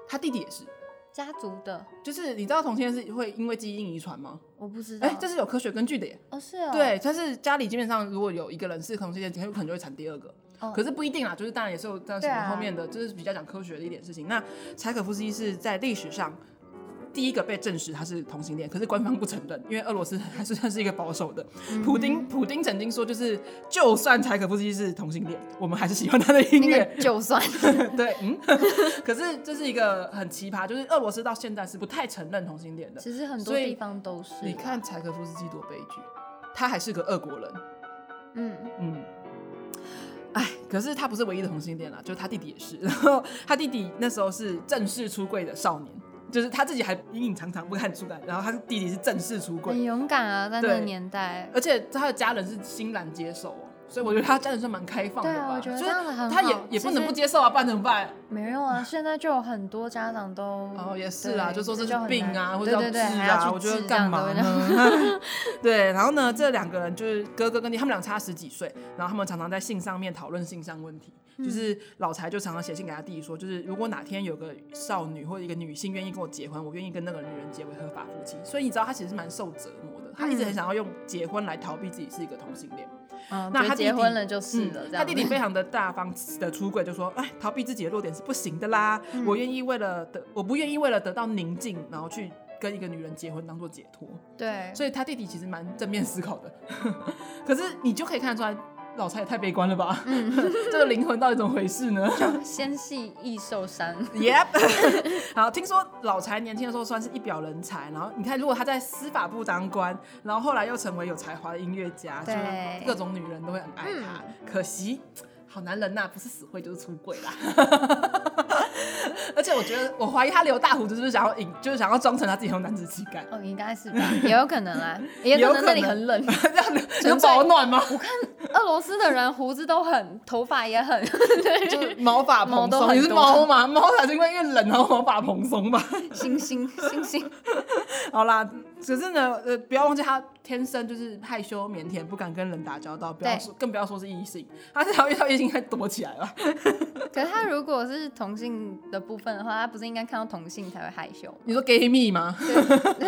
A: 他弟弟也是。
B: 家族的，
A: 就是你知道同性恋是会因为基因遗传吗？
B: 我不知道。
A: 哎、这是有科学根据的耶。
B: 哦是哦，
A: 对，但是家里基本上如果有一个人是同性恋，很有可能就会产第二个。
B: 哦
A: 可是不一定啦，就是当然也是有在什
B: 对
A: 么
B: 啊
A: 后面的，就是比较讲科学的一点事情。那柴可夫斯基是在历史上第一个被证实他是同性恋，可是官方不承认，因为俄罗斯还是算是一个保守的。
B: 嗯
A: 普丁普丁曾经说，就是就算柴可夫斯基是同性恋，我们还是喜欢他的音
B: 那
A: 乐。
B: 个 就 算
A: 对，嗯，可是这是一个很奇葩，就是俄罗斯到现在是不太承认同性恋的。
B: 其实很多
A: 所以
B: 地方都是。
A: 你，看柴可夫斯基多悲剧，他还是个俄国人，
B: 嗯，
A: 嗯，哎，可是他不是唯一的同性恋啦，就是他弟弟也是。 然后他弟弟那时候是正式出柜的少年，就是他自己还隐隐藏藏不敢出来，然后他弟弟是正式出柜
B: 很，勇敢啊，在那
A: 对
B: 个年代。
A: 而且他的家人是欣然接受哦，所以我觉得他家人算蛮开放的
B: 对
A: 吧，
B: 啊，我觉得
A: 就
B: 这
A: 是
B: 样子很好。
A: 他也也不能不接受啊，不然怎么办？
B: 其实没 有啊，现在就有很多家长都
A: 哦，也是啦，
B: 对
A: 就说这是
B: 就很
A: 病啊，
B: 难
A: 或者要治
B: 对对对还
A: 啊，
B: 要
A: 我
B: 去
A: 觉得
B: 治这
A: 干
B: 样
A: 嘛
B: 对不对
A: 呢？ 对，然后呢，这两个人就是哥哥跟弟，他们俩差十几岁，然后他们常常在信上面讨论性上问题。
B: 嗯
A: 就是老柴就常常写信给他弟弟说，就是如果哪天有个少女或者一个女性愿意跟我结婚，我愿意跟那个女人结为合法夫妻。所以你知道他其实是蛮受折磨的，他一直很想要用结婚来逃避自己是一个同性恋。
B: 嗯，
A: 那
B: 觉得
A: 他弟
B: 结
A: 弟
B: 婚了就是
A: 嗯
B: 了，这样。
A: 他弟弟非常的大方的出柜，就说：“哎，逃避自己的弱点是不行的啦，
B: 嗯
A: 我愿意为了得，我不愿意为了得到宁静，然后去跟一个女人结婚当做解脱。”
B: 对，
A: 所以他弟弟其实蛮正面思考的， 可是你就可以看得出来，老蔡也太悲观了吧？
B: 嗯
A: 这个灵魂到底怎么回事呢？
B: 纤细易受伤。
A: Yep，好， 听说老柴年轻的时候算是一表人才，然后你看，如果他在司法部当官，然后后来又成为有才华的音乐家，就
B: 对嗯
A: 是各种女人都会很爱他。可惜，好男人呐、不是死会就是出轨啦。 而且我觉得，我怀疑他留大胡子就是想要引，就是想要装成他自己很有男子气概，
B: 哦，应该是吧，也有可能啦，也
A: 有
B: 有
A: 可能
B: 可能那里很 冷。
A: 这样有
B: 纯粹
A: 保暖 吗？
B: 俄罗斯的人胡子都很，头发也 很，
A: 就是毛发
B: 毛
A: 蓬
B: 都
A: 松，
B: 很
A: 你是
B: 多
A: 猫吗？ 猫才是因为因为冷然后毛发蓬松吧？
B: 星星星星，
A: 好啦，可是呢，呃，不要忘记他天生就是害羞腼腆，不敢跟人打交道，不要
B: 对
A: 说，更不要说是异性，他只要遇到异性，他躲起来了。
B: 可是他如果是同性的部分的话，他不是应该看到同性才会害羞？
A: 你说 gay 蜜吗？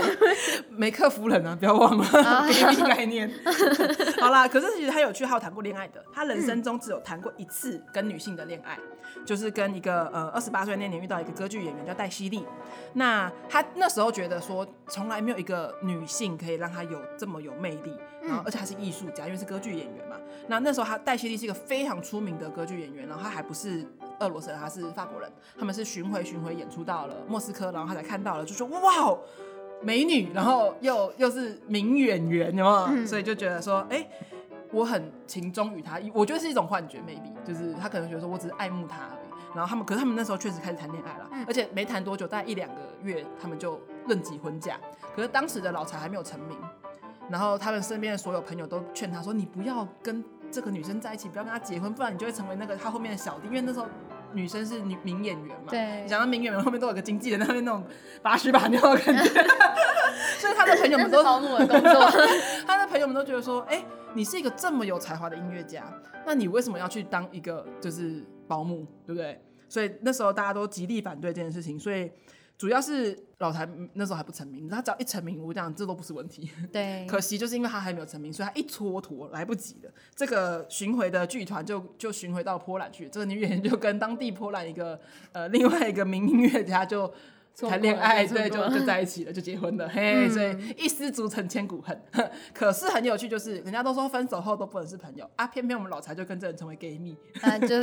A: 没克夫人啊，不要忘了 gay 蜜概念。好啦，可是其实他有去浩谈过恋爱的，他人生中只有谈过一次跟女性的恋爱，就是跟一个呃二十八岁那年遇到一个歌剧演员叫戴西莉。那他那时候觉得说，从来没有一个女性可以让他有这么有魅力，然后而且她是艺术家，因为是歌剧演员嘛。那那时候他戴西莉是一个非常出名的歌剧演员，然后他还不是俄罗斯人，他是法国人，他们是巡回巡回演出到了莫斯科，然后他才看到了，就说哇哦。美女，然后又又是名演员，有没有？所以就觉得说，哎、我很情钟于他，我觉得是一种幻觉，maybe，就是他可能觉得说我只是爱慕他而已。然后他们，可是他们那时候确实开始谈恋爱了，而且没谈多久，大概一两个月，他们就论及婚嫁。可是当时的老柴还没有成名，然后他们身边的所有朋友都劝他说：“你不要跟这个女生在一起，不要跟她结婚，不然你就会成为那个她后面的小弟。”因为那时候女生是女名演员嘛，
B: 对
A: 你想到名演员后面都有个经纪人，那边那种把屎把尿的感觉，所以他的朋友
B: 那
A: 们
B: 是
A: 都
B: 保姆的工作。
A: 他的朋友们都觉得说，哎、你是一个这么有才华的音乐家，那你为什么要去当一个就是保姆，对不对？所以那时候大家都极力反对这件事情，所以主要是老台那时候还不成名，他只要一成名，我讲这都不是问题。
B: 对，
A: 可惜就是因为他还没有成名，所以他一蹉跎来不及了。这个巡回的剧团就就巡回到波兰去，这个女演员就跟当地波兰一个呃另外一个名音 乐家就
B: 错过
A: 谈恋爱，
B: 了 错嗯
A: 对，就
B: 过了
A: 就在一起了，就结婚了，嘿，所以一失足成千古恨。 可是很有趣，就是人家都说分手后都不能是朋友啊，偏偏我们老柴就跟这人成为 gay 蜜，
B: 他就是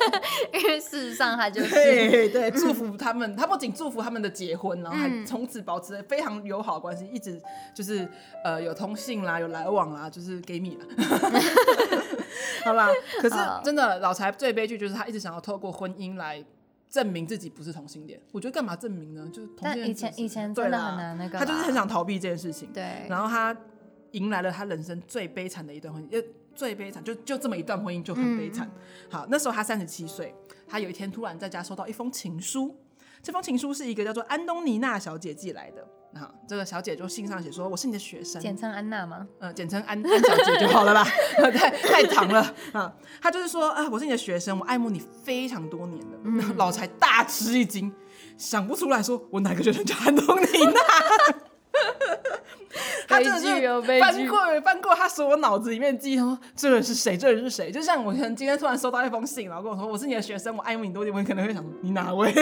B: 因为事实上他就是
A: 对对，祝福他们。他不仅祝福他们的结婚，然后
B: 嗯
A: 还从此保持非常友好的关系，一直就是呃有通信啦，有来往啦，就是 gay 蜜啦。好啦，可是
B: 好
A: 真的老柴最悲剧就是他一直想要透过婚姻来。证明自己不是同性恋，我觉得干嘛证明呢？就是同性恋
B: 但以前
A: 只是
B: 以前
A: 对
B: 真的
A: 啦
B: 很难那个
A: 他就是
B: 啦
A: 很想逃避这件事情。
B: 对
A: 然后他迎来了他人生最悲惨的一段婚姻，呃，最悲惨就就这么一段婚姻就很悲惨。好，那时候他三十七岁，他有一天突然在家收到一封情书，这封情书是一个叫做安东尼娜小姐寄来的。啊，这个小姐就信上写说我是你的学生，
B: 简称安娜吗？
A: 呃，简称安安小姐就好 了啦，呃太太长了啊。他就是说啊，我是你的学生，我爱慕你非常多年了。
B: 嗯
A: 老柴大吃一惊，想不出来说我哪个学生叫安东尼 娜。他真的
B: 悲剧哦
A: 是
B: 悲
A: 翻
B: 剧
A: 过翻过他所有脑子里面的记忆，他说这人是谁，这人是谁。就像我可能今天突然收到一封信，然后跟我说我是你的学生，我爱慕你多年，我可能会想你哪位？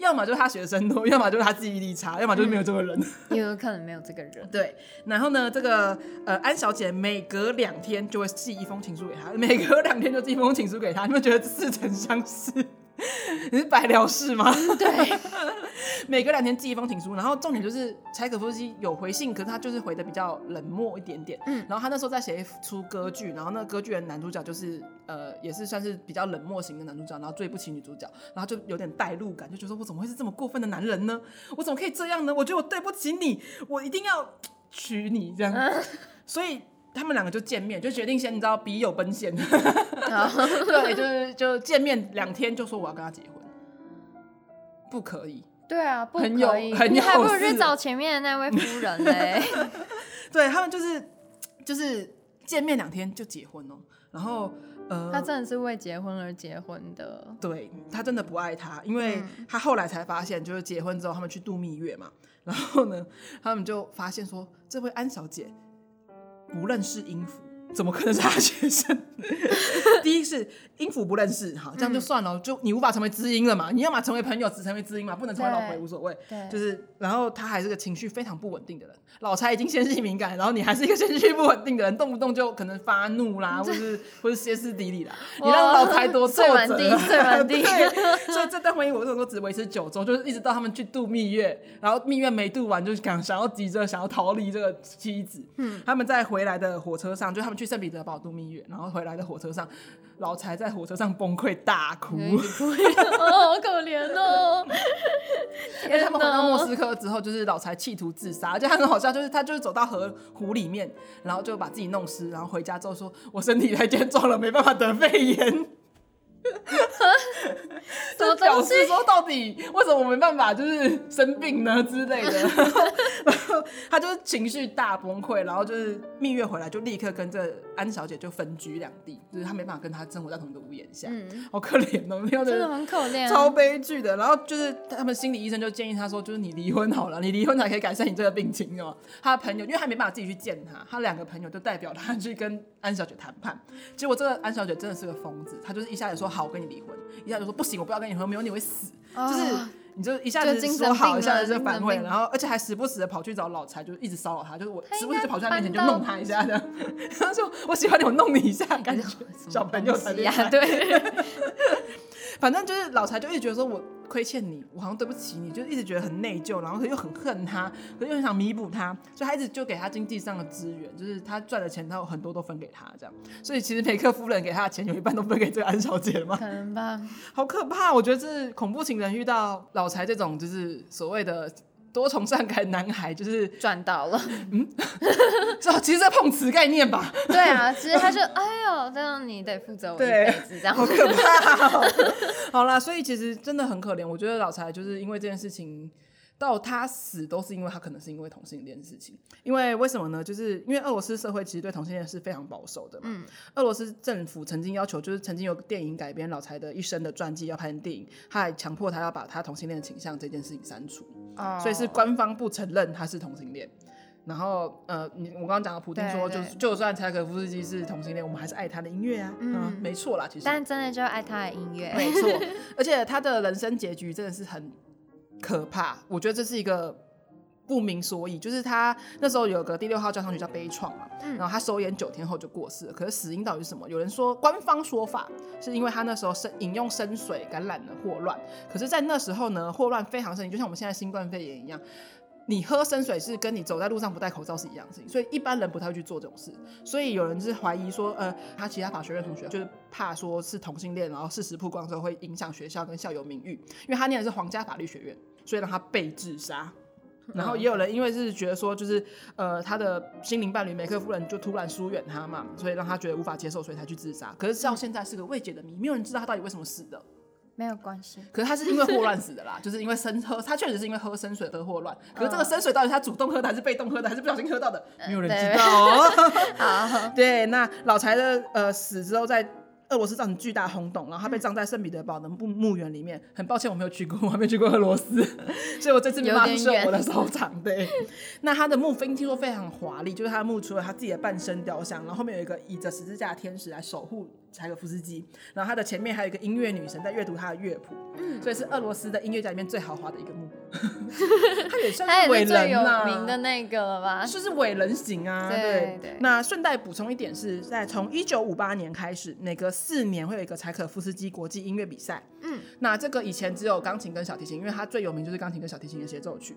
A: 要么就是他学生多，要么就是他记忆力差，要么就是没有这个人。
B: 也有可能没有这个人。
A: 对，然后呢，这个呃安小姐每隔两天就会寄一封情书给他，每隔两天就寄一封情书给他，你们觉得似曾相识？ 你是白辽士吗？
B: 嗯对，
A: 每隔两天寄一封情书，然后重点就是柴可夫斯基有回信，可是他就是回的比较冷漠一点点。
B: 嗯
A: 然后他那时候在写一出歌剧，然后那个歌剧的男主角就是呃，也是算是比较冷漠型的男主角，然后最不起女主角，然后就有点代入感，就觉得说我怎么会是这么过分的男人呢？我怎么可以这样呢？我觉得我对不起你，我一定要娶你这样。 所以他们两个就见面，就决定先你知道笔友奔现，
B: 好，
A: 对，就是就见面两天就说我要跟他结婚，不可以。
B: 对啊，不
A: 很有
B: 可以，
A: 很
B: 你还
A: 有
B: 不如去
A: 事
B: 找前面的那位夫人 嘞。
A: 对他们就是就是见面两天就结婚哦，然后呃，
B: 他真的是为结婚而结婚的，
A: 对他真的不爱他，因为他后来才发现，就是结婚之后他们去度蜜月嘛，然后呢，他们就发现说这位安小姐不认识音符。怎么可能是他学生？ 第一是音符不认识，哈，这样就算了，就你无法成为知音了嘛。你要么成为朋友，只成为知音嘛，不能成为老婆也
B: 对
A: 无所谓。
B: 对，
A: 就是，然后他还是个情绪非常不稳定的人。老柴已经先性敏感，然后你还是一个情绪不稳定的人，动不动就可能发怒啦，或是或是歇斯底里啦。你让老柴多挫
B: 碎满
A: 折，
B: 地碎满 地
A: 对所以这段婚姻我为什么说只维持九周，就是一直到他们去度蜜月，然后蜜月没度完，就是想想要急着想要逃离这个妻子。嗯，他们在回来的火车上，就他们去圣彼得堡度蜜月，然后回来的火车上，老柴在火车上崩溃大哭。
B: 有一点不一样哦，好可怜 哦。
A: 而且他们回到莫
B: 天
A: 斯科之后，就是老柴企图自杀，而且他很好笑，就是他就是走到河湖里面，然后就把自己弄湿，然后回家之后说：“我身体太健壮了，没办法得肺炎。”
B: 哪， 什么
A: 表
B: 东西？
A: 示说到底为什么我没办法就是生病呢之类的， 然后然后他就是情绪大崩溃，然后就是蜜月回来就立刻跟这安小姐就分居两地，就是他没办法跟她生活在同一个屋檐下，
B: 嗯，
A: 好可怜哦，没有
B: 真的很可怜。
A: 超悲剧的。然后就是他们心理医生就建议他说，就是你离婚好了，你离婚才可以改善你这个病情哦。他的朋友因为他没办法自己去见他，他两个朋友就代表他去跟安小姐谈判。结果这个安小姐真的是个疯子，她就是一下子说好我跟你离婚，一下子说不行我不要跟你离婚，没有你会死，
B: 啊
A: 就是。你就一下
B: 就
A: 子
B: 精神
A: 说好，
B: 病
A: 一下子
B: 了
A: 就反悔，
B: 精神病
A: 然后而且还时不时的跑去找老柴，就是一直骚扰他，就是我
B: 他应
A: 时不时
B: 该
A: 就跑去他面前就
B: 搬到
A: 弄他一下的， 他说我喜欢你，我弄你一下，感觉
B: 什么
A: 小朋友才
B: 东西
A: 恋爱
B: 呀，对，
A: 反正就是老柴就一直觉得说我亏欠你，我好像对不起你，就一直觉得很内疚，然后可又很恨他，可又很想弥补他，所以他一直就给他经济上的资源，就是他赚的钱，他有很多都分给他这样。所以其实梅克夫人给他的钱有一半都分给这个安小姐了嘛，
B: 可能吧。
A: 好可怕！我觉得这是恐怖情人遇到老柴这种就是所谓的。多重善感男孩就是，
B: 赚到了，
A: 这其实在碰瓷概念吧，
B: 对啊，其实他就哎呦，这样你得负责我一
A: 对
B: 辈子，这样
A: 好可怕、哦。好啦，所以其实真的很可怜。我觉得老柴就是因为这件事情，到他死都是因为他可能是因为同性恋的事情。因为为什么呢？就是因为俄罗斯社会其实对同性恋是非常保守的嘛。
B: 嗯
A: 俄罗斯政府曾经要求，就是曾经有电影改编老柴的一生的传记要拍成电影，他还强迫他要把他同性恋的倾向这件事情删除。
B: 哦
A: 所以是官方不承认他是同性恋。然后呃，你我刚刚讲到普丁说，
B: 对
A: 就
B: 对
A: 就算柴可夫斯基是同性恋，我们还是爱他的音乐啊，
B: 嗯
A: 嗯，没错啦，其实
B: 但真的就爱他的音乐，
A: 没错，而且他的人生结局真的是很可怕，我觉得这是一个。不明所以，就是他那时候有个第六号交响曲叫《悲怆》嘛，
B: 嗯
A: 然后他首演九天后就过世了。可是死因到底是什么？有人说官方说法是因为他那时候生饮用生水感染了霍乱，可是，在那时候呢，霍乱非常盛行，就像我们现在新冠肺炎一样。你喝生水是跟你走在路上不戴口罩是一样的事情，所以一般人不太会去做这种事。所以有人是怀疑说，呃，他其他法学院同学就是怕说是同性恋，然后事实曝光之后会影响学校跟校友名誉，因为他念的是皇家法律学院，所以让他被自杀。然后也有人因为是觉得说，就是呃，他的心灵伴侣梅克夫人就突然疏远他嘛，所以让他觉得无法接受，所以才去自杀。可是到现在是个未解的谜，没有人知道他到底为什么死的。
B: 没有 关系，
A: 可是他是因为霍乱死的啦， 就是因为生喝，他确实是因为喝生水喝霍乱。可是这个生水到底是他主动喝的，还是被动喝的，还是不小心喝到的，没有人知道哦。
B: 好，
A: 对，那老柴的呃死之后，在俄罗斯造成巨大轰动，然后
B: 嗯
A: 他被葬在圣彼得堡的墓墓园里面。很抱歉，我没有去过，我还没去过俄罗斯， 所以我这次没办法
B: 有点
A: 秀
B: 远
A: 我的收藏。对，那他的墓碑听说非常华丽，就是他的墓除了他自己的半身雕像，然后后面有一个倚着十字架的天使来守护柴可夫斯基，然后他的前面还有一个音乐女神在阅读他的乐谱，
B: 嗯
A: 所以是俄罗斯的音乐家里面最豪华的一个 墓。他也算
B: 他
A: 是伟
B: 也是最
A: 人
B: 有
A: 啦、
B: 名的那个了吧？
A: 就是伟人型啊，
B: 对
A: 对
B: 对
A: 那顺带补充一点是，在从一九五八年开始，每隔四年会有一个柴可夫斯基国际音乐比赛。
B: 嗯，
A: 那这个以前只有钢琴跟小提琴，因为它最有名就是钢琴跟小提琴的协奏曲。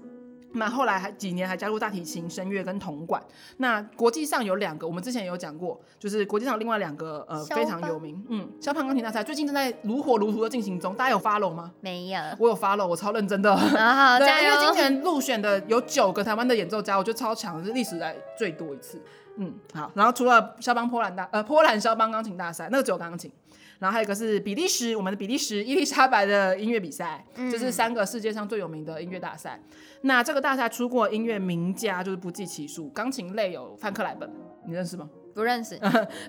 A: 那后来还几年还加入大提琴、声乐跟铜管。那国际上有两个，我们之前有讲过，就是国际上有另外两个呃
B: 肖
A: 非常
B: 邦
A: 有名，嗯，肖邦钢琴大赛最近正在如火如荼的进行中，大家有 follow 吗？
B: 没有。
A: 我有 follow，我超认真的。
B: 啊，好，
A: 对，
B: 加
A: 因为今
B: 油！
A: 年入选的有九个台湾的演奏家，我觉得超强，是历史来最多一次。嗯，好。然后除了肖邦波兰大呃 波兰肖邦钢琴大赛，那个只有钢琴，然后还有一个是比利时，我们的比利时伊丽莎白的音乐比赛，
B: 嗯
A: 就是三个世界上最有名的音乐大赛。那这个大赛出过的音乐名家就是不计其数，钢琴类有范克莱本，你认识吗？
B: 不 认识，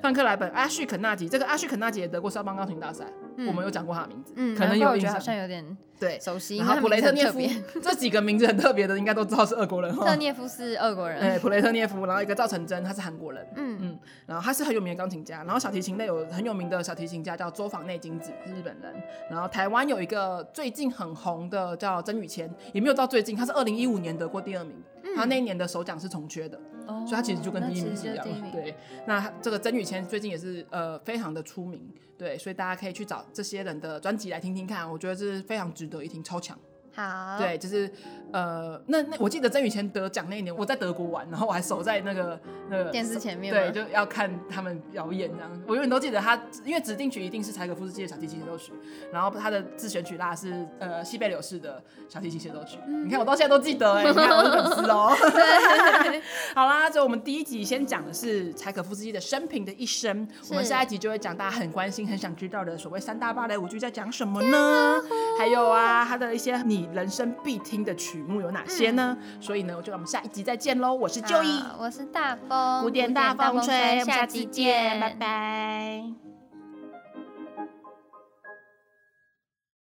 A: 范克莱本、阿旭肯纳吉，这个阿旭肯纳吉也得过肖邦钢琴大赛，
B: 嗯
A: 我们有讲过他的名字，
B: 嗯，
A: 可能
B: 难怪
A: 有
B: 我
A: 印
B: 觉得
A: 象
B: 好。像有点
A: 对，
B: 熟悉，因
A: 然
B: 为
A: 后
B: 他
A: 普雷
B: 名字
A: 特
B: 很
A: 涅
B: 特
A: 夫
B: 别
A: 这几个名字很特别的，应该都知道是俄国人哈
B: 特。涅夫是俄国人，
A: 哎，普雷特涅夫，然后一个赵成真，他是韩国人，
B: 嗯，
A: 嗯，然后他是很有名的钢琴家，然后小提琴类有很有名的小提琴家叫周访内金子，是日本人，然后台湾有一个最近很红的叫曾宇谦，也没有到最近，他是二零一五年得过第二名，他那一年的首奖是重缺的，
B: 嗯哦
A: 嗯所以他其实就跟
B: 那
A: 第一
B: 其
A: 名
B: 实
A: 是一
B: 就是
A: 样
B: 第一名
A: 的。，对，那他这个曾宇谦最近也是呃非常的出名，对，所以大家可以去找这些人的专辑来听听看，我觉得是非常值得一听，超强。
B: 好，
A: 对，就是呃，那那我记得曾宇谦得奖那一年，我在德国玩，然后我还守在那个那个
B: 电视前面
A: 对，
B: 吗
A: 就 要看他们表演这样。我永远都记得他，因为指定曲一定是柴可夫斯基的小提琴协奏曲，然后他的自选曲啦是呃西贝柳士的小提琴协奏曲。
B: 嗯
A: 你看我到现在都记得哎、你看我 是粉丝哦。 好啦，所以我们第一集先讲的是柴可夫斯基的生平的一生，我们
B: 是
A: 下一集就会讲大家很关心、很想知道的所谓三大芭蕾舞剧在讲什么呢？还有啊，他的一些你人生必听的曲目有哪些呢？所以呢，我就让我们下一集再见喽。我是就一，
B: 好我是大风，
A: 古典大风吹，我们
B: 下
A: 下
B: 期
A: 期
B: 见，
A: 见，拜拜。